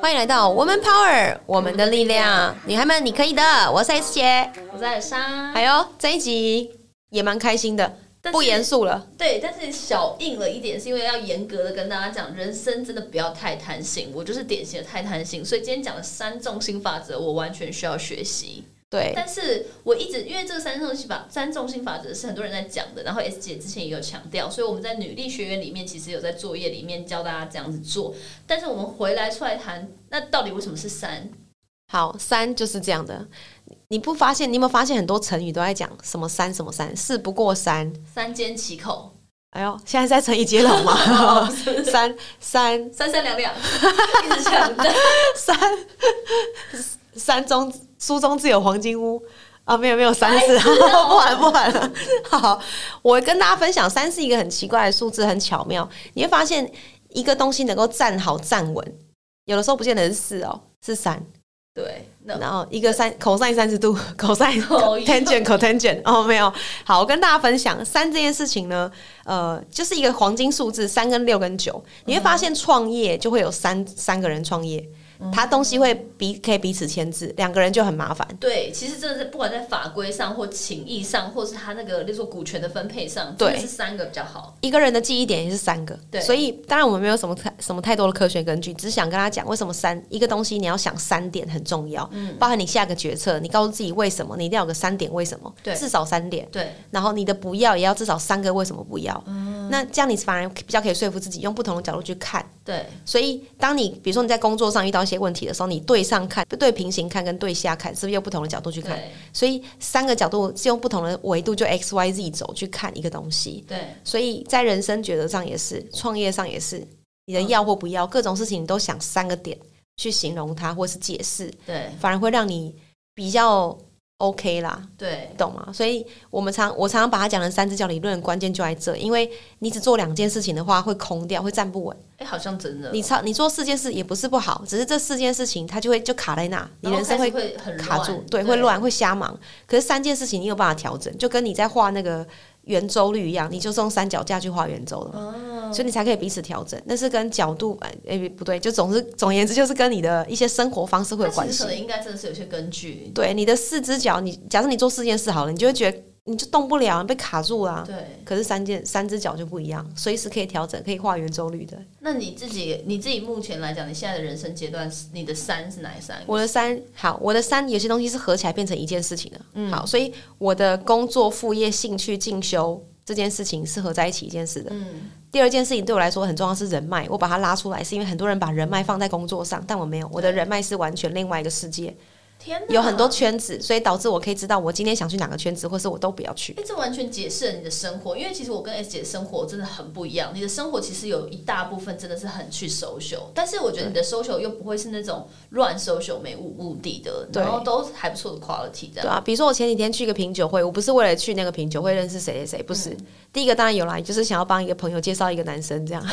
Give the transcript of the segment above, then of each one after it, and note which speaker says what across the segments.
Speaker 1: 欢迎来到 Woman Power，我们的力量，女孩们你可以的。我是 S 姐，
Speaker 2: 我在沙，
Speaker 1: 还有这一集也蛮开心的，
Speaker 2: 但是
Speaker 1: 不严肃了。
Speaker 2: 对，但是小硬了一点，是因为要严格的跟大家讲，人生真的不要太贪心。我就是典型的太贪心，所以今天讲的三重心法则，我完全需要学习。
Speaker 1: 对，
Speaker 2: 但是我一直因为这个三重心法三重心法则是很多人在讲的，然后 S 姐之前也有强调，所以我们在女力学院里面其实有在作业里面教大家这样子做。但是我们回来出来谈，那到底为什么是三？
Speaker 1: 好，三就是这样的。你不发现？你有没有发现很多成语都在讲什么三什么三？事不过三。
Speaker 2: 三缄 其口，
Speaker 1: 哎呦，现在在成语接龙吗？ 三三
Speaker 2: 三三两两，一直 强调。
Speaker 1: 三山中书中自有黄金屋啊，没有没有，三是、
Speaker 2: 白痴 哦
Speaker 1: 不玩不玩了。好，我跟大家分享，三是一个很奇怪的数字，很巧妙。你会发现一个东西能够站好站稳，有的时候不见得是四哦，是三。
Speaker 2: 对，那
Speaker 1: 然后一个三 cosine 三十度，cosine
Speaker 2: 哦一样
Speaker 1: tangent cotangent 哦，没有。好，我跟大家分享三这件事情呢，呃，就是一个黄金数字，三跟六跟九，你会发
Speaker 2: 嗯
Speaker 1: 现创业就会有三三个人创业，他东西会彼可以彼此牵制，两个人就很麻烦。
Speaker 2: 对，其实真的是不管在法规上或情谊上，或是他那个，例如说股权的分配上，
Speaker 1: 对
Speaker 2: 真的是三个比较好。
Speaker 1: 一个人的记忆点也是三个，
Speaker 2: 对
Speaker 1: 所以当然我们没有什么太什么太多的科学根据，只想跟他讲为什么三一个东西你要想三点很重要，
Speaker 2: 嗯
Speaker 1: 包含你下个决策，你告诉自己为什么，你一定要有个三点为什么，
Speaker 2: 对
Speaker 1: 至少三点。
Speaker 2: 对，
Speaker 1: 然后你的不要也要至少三个为什么不要，那这样你反而比较可以说服自己，用不同的角度去看。
Speaker 2: 对，
Speaker 1: 所以，当你比如说你在工作上遇到一些问题的时候，你对上看、对平行看跟对下看，是不是用不同的角度去看？
Speaker 2: 对，
Speaker 1: 所以三个角度是用不同的维度，就 x、y、z 轴去看一个东西。
Speaker 2: 对，
Speaker 1: 所以在人生抉择上也是，创业上也是，你的
Speaker 2: 嗯
Speaker 1: 要或不要，各种事情你都想三个点去形容它或是解释，
Speaker 2: 对，
Speaker 1: 反而会让你比较 OK 啦。
Speaker 2: 对，
Speaker 1: 懂吗？所以我们常我常常把它讲成三只脚理论，关键就在这，因为你只做两件事情的话，会空掉，会站不稳。
Speaker 2: 哎，好像真的。
Speaker 1: 你超你做四件事也不是不好，只是这四件事情它就会就卡在那，你
Speaker 2: 然后
Speaker 1: 人生
Speaker 2: 开
Speaker 1: 会
Speaker 2: 始会很
Speaker 1: 卡住
Speaker 2: 乱，
Speaker 1: 对，会。乱，会瞎忙。可是三件事情你有办法调整，就跟你在画那个圆周率一样，你就是用三脚架去画圆周的嘛。
Speaker 2: 哦
Speaker 1: 所以你才可以彼此调整，那是跟角度，哎、哎不对，就总之总而言之，就是跟你的一些生活方式会
Speaker 2: 那
Speaker 1: 有关
Speaker 2: 其实
Speaker 1: 系
Speaker 2: 可。能应该真的是有些根据。
Speaker 1: 对，你的四只脚，你假设你做四件事好了，你就会觉得你就动不了，你被卡住啦、
Speaker 2: 对，
Speaker 1: 可是三件三只脚就不一样，随时可以调整，可以画圆周率的。
Speaker 2: 那你自己你自己目前来讲，你现在的人生阶段，你的三是哪三个？
Speaker 1: 我的三好，我的三有些东西是合起来变成一件事情的。好，所以我的工作、副业、兴趣、进修这件事情是合在一起一件事的。第二件事情对我来说很重要是人脉，我把它拉出来，是因为很多人把人脉放在工作上，但我没有，我的人脉是完全另外一个世界，
Speaker 2: 天哪，
Speaker 1: 有很多圈子，所以导致我可以知道我今天想去哪个圈子，或是我都不要去。
Speaker 2: 哎，这完全解释了你的生活，因为其实我跟 S 姐的生活真的很不一样。你的生活其实有一大部分真的是很去 social，但是我觉得你的 social 又不会是那种乱 social 没目目的的，
Speaker 1: 对
Speaker 2: 然后都还不错的 quality 这
Speaker 1: 对
Speaker 2: 样。
Speaker 1: 啊，比如说我前几天去一个品酒会，我不是为了去那个品酒会认识谁谁谁，不是。
Speaker 2: 嗯
Speaker 1: 第一个当然有啦，就是想要帮一个朋友介绍一个男生 这样。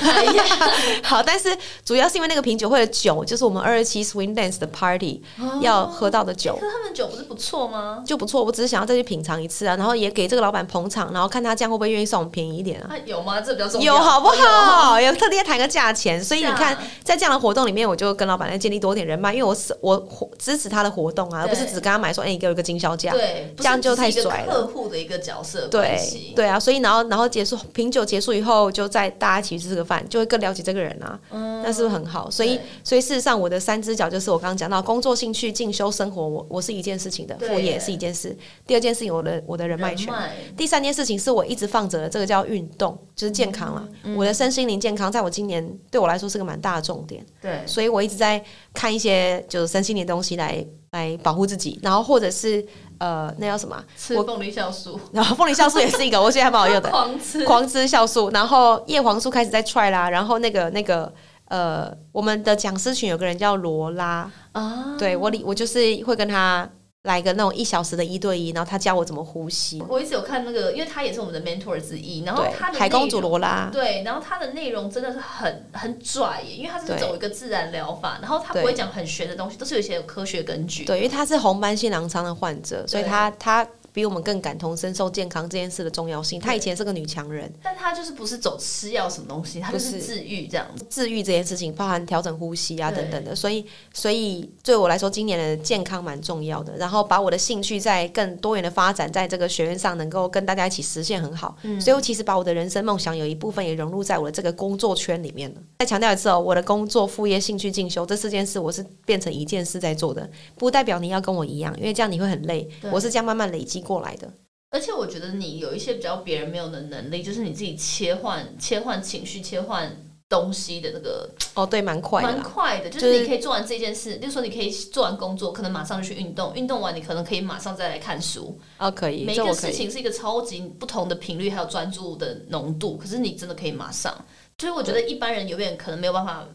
Speaker 1: 好，但是主要是因为那个品酒会的酒，就是我们二十七 Swing Dance 的 Party、要
Speaker 2: 哦
Speaker 1: 喝到的酒
Speaker 2: 可。是他们酒不是不错吗？
Speaker 1: 就不错，我只是想要再去品尝一次啊，然后也给这个老板捧场，然后看他这样会不会愿意送我们便宜一点啊？
Speaker 2: 啊，有吗？这比较重要，
Speaker 1: 有好不好？有特地谈个价钱，所以你看
Speaker 2: 是啊，
Speaker 1: 在这样的活动里面，我就跟老板再建立多点人脉，因为我是我我支持他的活动啊，而不是
Speaker 2: 对
Speaker 1: 只跟他买说，哎、你给我一个经销价。
Speaker 2: 对，不
Speaker 1: 这样
Speaker 2: 是
Speaker 1: 就太
Speaker 2: 只是一个
Speaker 1: 拽了
Speaker 2: 客户的一个角色关
Speaker 1: 对
Speaker 2: 系，
Speaker 1: 对啊，所以然后然后结束品酒结束以后，就再大家一起去吃个饭，就会更了解这个人啊，那是不是很好？所以
Speaker 2: 嗯对
Speaker 1: 所以事实上，我的三只脚就是我刚刚讲到工作、兴趣、进修、生活，我我是一件事情的，
Speaker 2: 对
Speaker 1: 副业也是一件事。第二件事情，我的我的人脉
Speaker 2: 人
Speaker 1: 圈。
Speaker 2: 脉，
Speaker 1: 第三件事情是我一直放着的，这个叫运动，就是健康啦。
Speaker 2: 嗯
Speaker 1: 我的身心灵健康，在我今年对我来说是个蛮大的重点，
Speaker 2: 对
Speaker 1: 所以我一直在看一些就是身心灵的东西来来保护自己，然后或者是呃，那叫什么啊？
Speaker 2: 吃
Speaker 1: 我
Speaker 2: 凤梨酵素，
Speaker 1: 然后凤梨酵素也是一个，我觉得还蛮好用的。
Speaker 2: 狂吃，
Speaker 1: 狂吃酵素，然后叶黄素开始在 try 啦，然后那个那个呃，我们的讲师群有个人叫罗拉，
Speaker 2: 啊！
Speaker 1: 对我理我就是会跟他来个那种一小时的一对一，然后他教我怎么呼吸，
Speaker 2: 我一直有看那个，因为他也是我们的 mentor 之一，然后
Speaker 1: 对
Speaker 2: 他，的
Speaker 1: 海公
Speaker 2: 内
Speaker 1: 主
Speaker 2: 容
Speaker 1: 罗拉，
Speaker 2: 对，然后它的内容真的是很很拽耶，因为它是
Speaker 1: 对
Speaker 2: 走一个自然疗法，然后它
Speaker 1: 对
Speaker 2: 不会讲很玄的东西，都是有一些有科学根据。
Speaker 1: 对，因为他是红斑性狼疮的患者，所以他他比我们更感同身受健康这件事的重要性。她以前是个女强人，
Speaker 2: 但他就是不是走吃药什么东西，他
Speaker 1: 不
Speaker 2: 就是
Speaker 1: 是
Speaker 2: 治愈这样子。
Speaker 1: 治愈这件事情包含调整呼吸啊
Speaker 2: 对
Speaker 1: 等等的，所以所以对我来说，今年的健康蛮重要的。然后把我的兴趣在更多元的发展，在这个学院上能够跟大家一起实现很好。
Speaker 2: 嗯
Speaker 1: 所以我其实把我的人生梦想有一部分也融入在我的这个工作圈里面了。再强调一次哦，我的工作、副业、兴趣进修这四件事，我是变成一件事在做的，不代表你要跟我一样，因为这样你会很累
Speaker 2: 对。
Speaker 1: 我是这样慢慢累积过来的。
Speaker 2: 而且我觉得你有一些比较别人没有的能力，就是你自己切换、切换情绪、切换东西的那个
Speaker 1: 哦，对，蛮快的
Speaker 2: 蛮
Speaker 1: 啦。
Speaker 2: 快啊的，就
Speaker 1: 就是是
Speaker 2: 你可以做完这件事，就是说你可以做完工作，可能马上就去运动，运动完你可能可以马上再来看书。
Speaker 1: 哦，可以，
Speaker 2: 每一
Speaker 1: 这
Speaker 2: 个
Speaker 1: 我可
Speaker 2: 事
Speaker 1: 以。
Speaker 2: 情是一个超级不同的频率，还有专注的浓度，可是你真的可以马上。所以我觉得一般人永远可能没有办法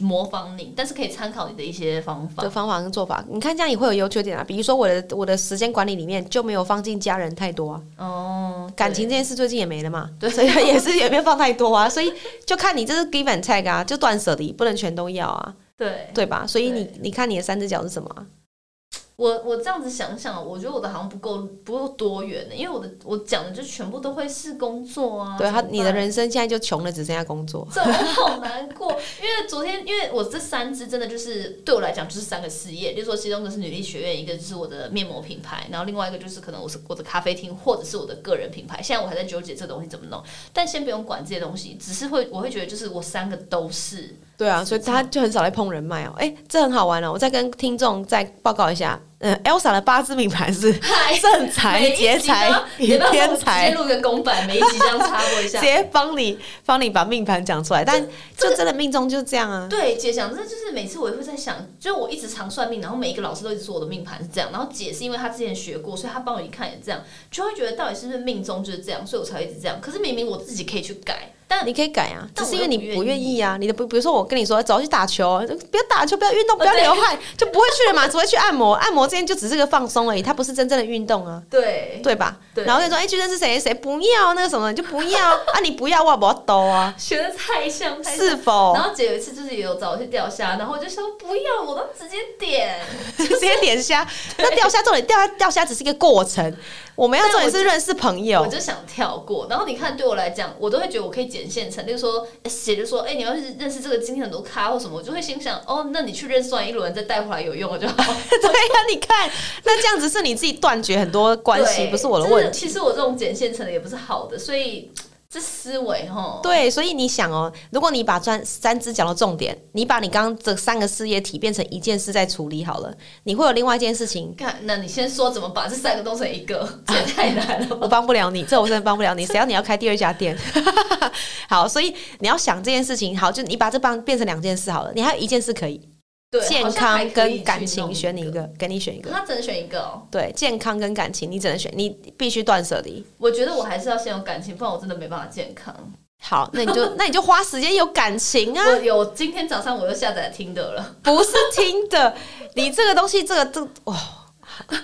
Speaker 2: 模仿你，但是可以参考你的一些方法
Speaker 1: 的。方法跟做法，你看这样也会有优缺点啊。比如说我的我的时间管理里面就没有放进家人太多啊，
Speaker 2: 哦，
Speaker 1: 感情这件事最近也没了嘛，
Speaker 2: 对
Speaker 1: 所以也是也没有放太多啊。所以就看你这是 give and take 啊，就断舍离，不能全都要啊，
Speaker 2: 对，
Speaker 1: 对吧？所以你
Speaker 2: 对
Speaker 1: 你看你的三只脚是什么、啊？
Speaker 2: 我我这样子想想，我觉得我的好像不够不够多元欸的，因为我的我讲的就全部都会是工作啊。
Speaker 1: 对他，
Speaker 2: 怎么
Speaker 1: 你的
Speaker 2: 办
Speaker 1: 人生现在就穷的只剩下工作。
Speaker 2: 这我好难过，因为昨天，因为我这三支真的就是对我来讲就是三个事业，就是说其中一个是女力学院，一个就是我的面膜品牌，然后另外一个就是可能我是我的咖啡厅或者是我的个人品牌。现在我还在纠结这东西怎么弄，但先不用管这些东西，只是会我会觉得就是我三个都是
Speaker 1: 对啊，所以他就很少来碰人脉哦。哎、这很好玩哦。我再跟听众再报告一下，嗯、e l s a 的八字命盘是 正财、劫财
Speaker 2: 每一
Speaker 1: 与
Speaker 2: 集都要
Speaker 1: 偏财
Speaker 2: 直接。录一个公版，每一集这样插播一
Speaker 1: 直
Speaker 2: 下。
Speaker 1: 接帮你帮你把命盘讲出来，但就真的命中就这样啊。
Speaker 2: 对，姐讲，这就是每次我也会在想，就是我一直常算命，然后每一个老师都一直说我的命盘是这样，然后姐是因为她之前学过，所以她帮我一看也这样，就会觉得到底是不是命中就是这样，所以我才会一直这样。可是明明我自己可以去改，但
Speaker 1: 你可以改啊，只
Speaker 2: 但
Speaker 1: 是因为
Speaker 2: 我又
Speaker 1: 你
Speaker 2: 不
Speaker 1: 不
Speaker 2: 愿
Speaker 1: 愿
Speaker 2: 意
Speaker 1: 意啊。你的不，比如说我跟你说走去打球，就不要打球，不要运动，
Speaker 2: 哦
Speaker 1: 不要
Speaker 2: 对
Speaker 1: 流 汗，就不会去了嘛，只会去按摩。按摩这件就只是个放松而已，它不是真正的运动啊，
Speaker 2: 对
Speaker 1: 对吧？
Speaker 2: 对
Speaker 1: 然后跟你说，哎、去认识谁谁，不要那个什么，你就不要 啊，你不要，我不要抖啊，
Speaker 2: 学的太像，太像。
Speaker 1: 是否
Speaker 2: 然？后姐有一次就是也有找我去钓虾，然后我就说不要，我都直接点。
Speaker 1: 直接点虾，那钓虾重点，钓虾钓虾只是一个过程，我们要
Speaker 2: 但
Speaker 1: 重
Speaker 2: 我
Speaker 1: 点是认识朋友
Speaker 2: 我。就想跳过。然后你看，对我来讲，我都会觉得我可以捡现成。例如说，诶姐就说：“哎、你要是认识这个今天很多咖或什么，我就会心想：哦，那你去认识完一轮再带回来有用了就好。
Speaker 1: 对呀、你看，那这样子是你自己断绝很多关系，
Speaker 2: 对
Speaker 1: 不是我的
Speaker 2: 真
Speaker 1: 问题。
Speaker 2: 其实我这种捡现成的也不是好的，所以这思维哈，
Speaker 1: 对，所以你想哦，如果你把专三只脚的重点，你把你刚刚这三个事业体变成一件事在处理好了，你会有另外一件事情，
Speaker 2: 看，那你先说怎么把这三个弄成一个，这也太难了吧
Speaker 1: 我 帮不了你，这我真的帮不 了你，谁要你要开第二家店？ 好，所以你要想这件事情，好，就你把这帮变成两件事好了，你还有一件事可以，
Speaker 2: 对，
Speaker 1: 健
Speaker 2: 好像还
Speaker 1: 康
Speaker 2: 可
Speaker 1: 跟
Speaker 2: 以去
Speaker 1: 感
Speaker 2: 弄
Speaker 1: 情，选你一个，给你选一个。
Speaker 2: 他只能选一个哦。
Speaker 1: 对，健康跟感情，你只能选，你必须断舍离。
Speaker 2: 我觉得我还是要先有感情，不然我真的没办法健康。
Speaker 1: 好，那你 就那你就花时间有感情啊。
Speaker 2: 我有今天早上我又下载听的了。
Speaker 1: 不是听的，你这个东西，这个这哇，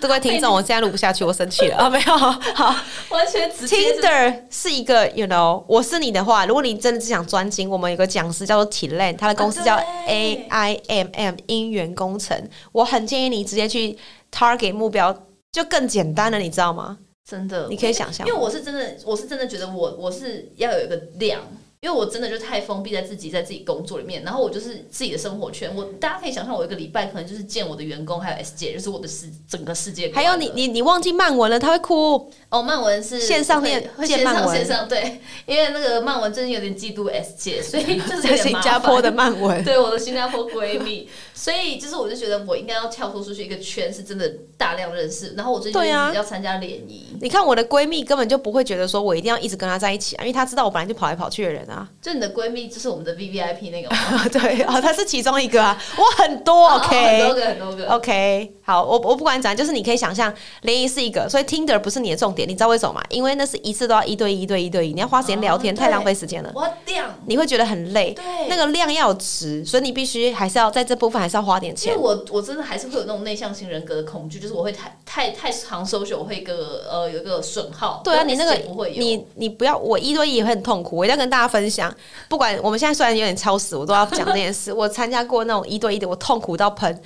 Speaker 1: 这位 听众，我现在录不下去，我生气了啊！没有，好
Speaker 2: 完全直接是
Speaker 1: ，Tinder 是一个，you know，我是你的话，如果你真的只想专精，我们有个讲师叫做 Tilan，他的公司叫
Speaker 2: 啊
Speaker 1: A
Speaker 2: 对
Speaker 1: I M M 姻缘工程，我很建议你直接去 target 目标。就更简单了，你知道吗？
Speaker 2: 真的，
Speaker 1: 你可以想象
Speaker 2: 因为我是真的，我是真的觉得我我是要有一个量，因为我真的就太封闭在自己在自己工作里面，然后我就是自己的生活圈，我大家可以想象，我一个礼拜可能就是见我的员工，还有 S 姐，就是我的世整个世界观
Speaker 1: 还
Speaker 2: 了。
Speaker 1: 有你，你你忘记漫文了，他会哭。
Speaker 2: 哦，曼文是
Speaker 1: 线上恋
Speaker 2: 会会
Speaker 1: 见
Speaker 2: 线
Speaker 1: 曼
Speaker 2: 上
Speaker 1: 文
Speaker 2: 线上对，因为那个曼文最近有点嫉妒 S 姐，所以就是 有
Speaker 1: 在
Speaker 2: 点
Speaker 1: 新
Speaker 2: 麻
Speaker 1: 加
Speaker 2: 烦
Speaker 1: 坡的漫文，
Speaker 2: 对我的新加坡闺蜜，所以就是我就觉得我应该要跳脱出去一个圈，是真的大量认识。然后我最近就
Speaker 1: 对啊
Speaker 2: 一直要参加联谊，
Speaker 1: 你看我的闺蜜根本就不会觉得说我一定要一直跟她在一起啊，因为她知道我本来就跑来跑去的人啊。
Speaker 2: 就你的闺蜜就是我们的 V V I P 那个吗
Speaker 1: 对，哦，她是其中一个啊，我很多
Speaker 2: 哦很多
Speaker 1: ，OK。哦
Speaker 2: 个很多个，
Speaker 1: OK，好，我我不管怎样，就是你可以想象联谊是一个，所以 Tinder 不是你的重点，你知道为什么吗？因为那是一次都要一对一、一对一、一对一，你要花时间聊天，
Speaker 2: 哦对
Speaker 1: 太浪费时间了，
Speaker 2: 我要亮，
Speaker 1: 你会觉得很累。
Speaker 2: 对，
Speaker 1: 那个量要值，所以你必须还是要在这部分还是要花点
Speaker 2: 因
Speaker 1: 钱
Speaker 2: 为。我我真的还是会有那种内向型人格的恐惧，就是我会太太太常 social 我会一个呃有一个损耗，
Speaker 1: 对啊，
Speaker 2: 但
Speaker 1: 你那个
Speaker 2: S 姐不会有，
Speaker 1: 你你不要，我一对一也会很痛苦。我一定要跟大家分享，不管我们现在虽然有点超时，我都要讲这件事。我参加过那种一对一的，我痛苦到喷。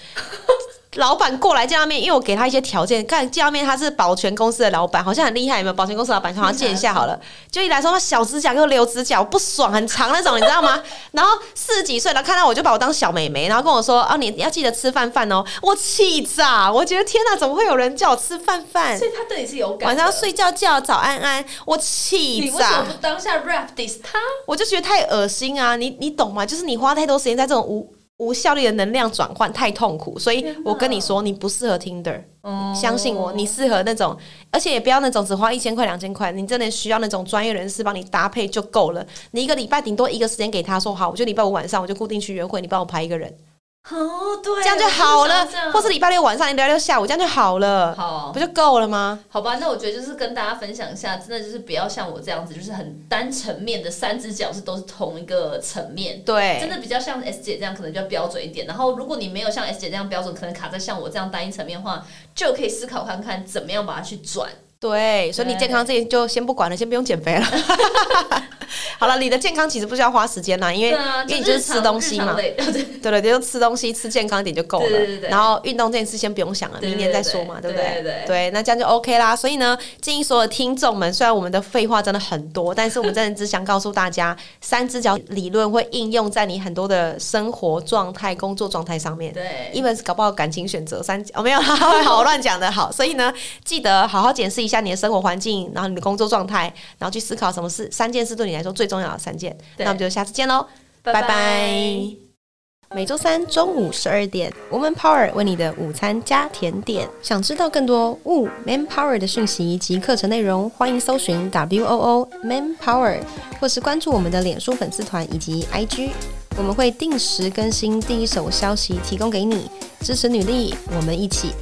Speaker 1: 老板过来见到面，因为我给他一些条件，看见到面他是保全公司的老板，好像很厉害，有没有？保全公司老板好像见一下好了，就一来说他小指甲给我留指甲，我不爽，很长那种，你知道吗？然后四十几岁了，看到我就把我当小妹妹，然后跟我说啊，你要记得吃饭饭哦，我气炸，我觉得天哪，怎么会有人叫我吃饭饭
Speaker 2: 所？以他对你是有感的。
Speaker 1: 晚上要睡觉觉，早安安，我
Speaker 2: 你
Speaker 1: 气
Speaker 2: 为什
Speaker 1: 炸
Speaker 2: 么，不当下 rap diss 他？
Speaker 1: 我就觉得太恶心啊！你你懂吗？就是你花太多时间在这种无无效率的能量转换，太痛苦。所以
Speaker 2: 天哪哦
Speaker 1: 我跟你说，你不适合 Tinder。相
Speaker 2: 嗯
Speaker 1: 信我，你适合那种，而且也不要那种只花一千块、两千块，你真的需要那种专业人士帮你搭配就够了。你一个礼拜顶多一个时间给他说好，我就礼拜五晚上我就固定去约会，你帮我排一个人，
Speaker 2: 哦，对，
Speaker 1: 这啊样就好了
Speaker 2: 我就是想这样。
Speaker 1: 或是礼拜六晚上，礼拜六下午这样就好了，
Speaker 2: 好
Speaker 1: 不。就够了吗？
Speaker 2: 好吧，那我觉得就是跟大家分享一下，真的就是不要像我这样子，就是很单层面的三只脚是都是同一个层面，真
Speaker 1: 对，
Speaker 2: 的比较像 S 姐这样，可能比较标准一点。然后如果你没有像 S 姐这样标准，可能卡在像我这样单一层面的话，就可以思考看看怎么样把它去转。
Speaker 1: 对，所以你健康这些就先不管了，先不用减肥了。 好了，你的健康其实不需要花时间啦，因
Speaker 2: 对
Speaker 1: 为
Speaker 2: 啊，
Speaker 1: 因为你就
Speaker 2: 就
Speaker 1: 是是吃东西嘛
Speaker 2: 日常类的对
Speaker 1: 对了，就吃东西吃健康一点就够了。
Speaker 2: 对对对对
Speaker 1: 然后运动这件事先不用想了，
Speaker 2: 对对对
Speaker 1: 明年再说嘛，
Speaker 2: 对
Speaker 1: 对
Speaker 2: 对
Speaker 1: 不对？
Speaker 2: 对对对
Speaker 1: 那这样就 OK 啦。所以呢，建议所有听众们，虽然我们的废话真的很多，但是我们真的只想告诉大家，三只脚理论会应用在你很多的生活状态、工作状态上面。
Speaker 2: 对，
Speaker 1: 一本是搞不好感情选择三哦没有啦， 好我乱讲的好，所以呢，记得好好检视一下你的生活环境，然后你的工作状态，然后去思考什么是三件事对你来说最重要的三件。
Speaker 2: 对
Speaker 1: 那我们就下次见喽，
Speaker 2: 拜
Speaker 1: 拜拜。每周三中午十二点，Woman Power 为你的午餐加甜点。想知道更多 Wo Man Power 的讯息及课程内容，欢迎搜寻 W O O Man Power，或是关注我们的脸书粉丝团以及 IG。我们会定时更新第一手消息，提供给你支持女力，我们一起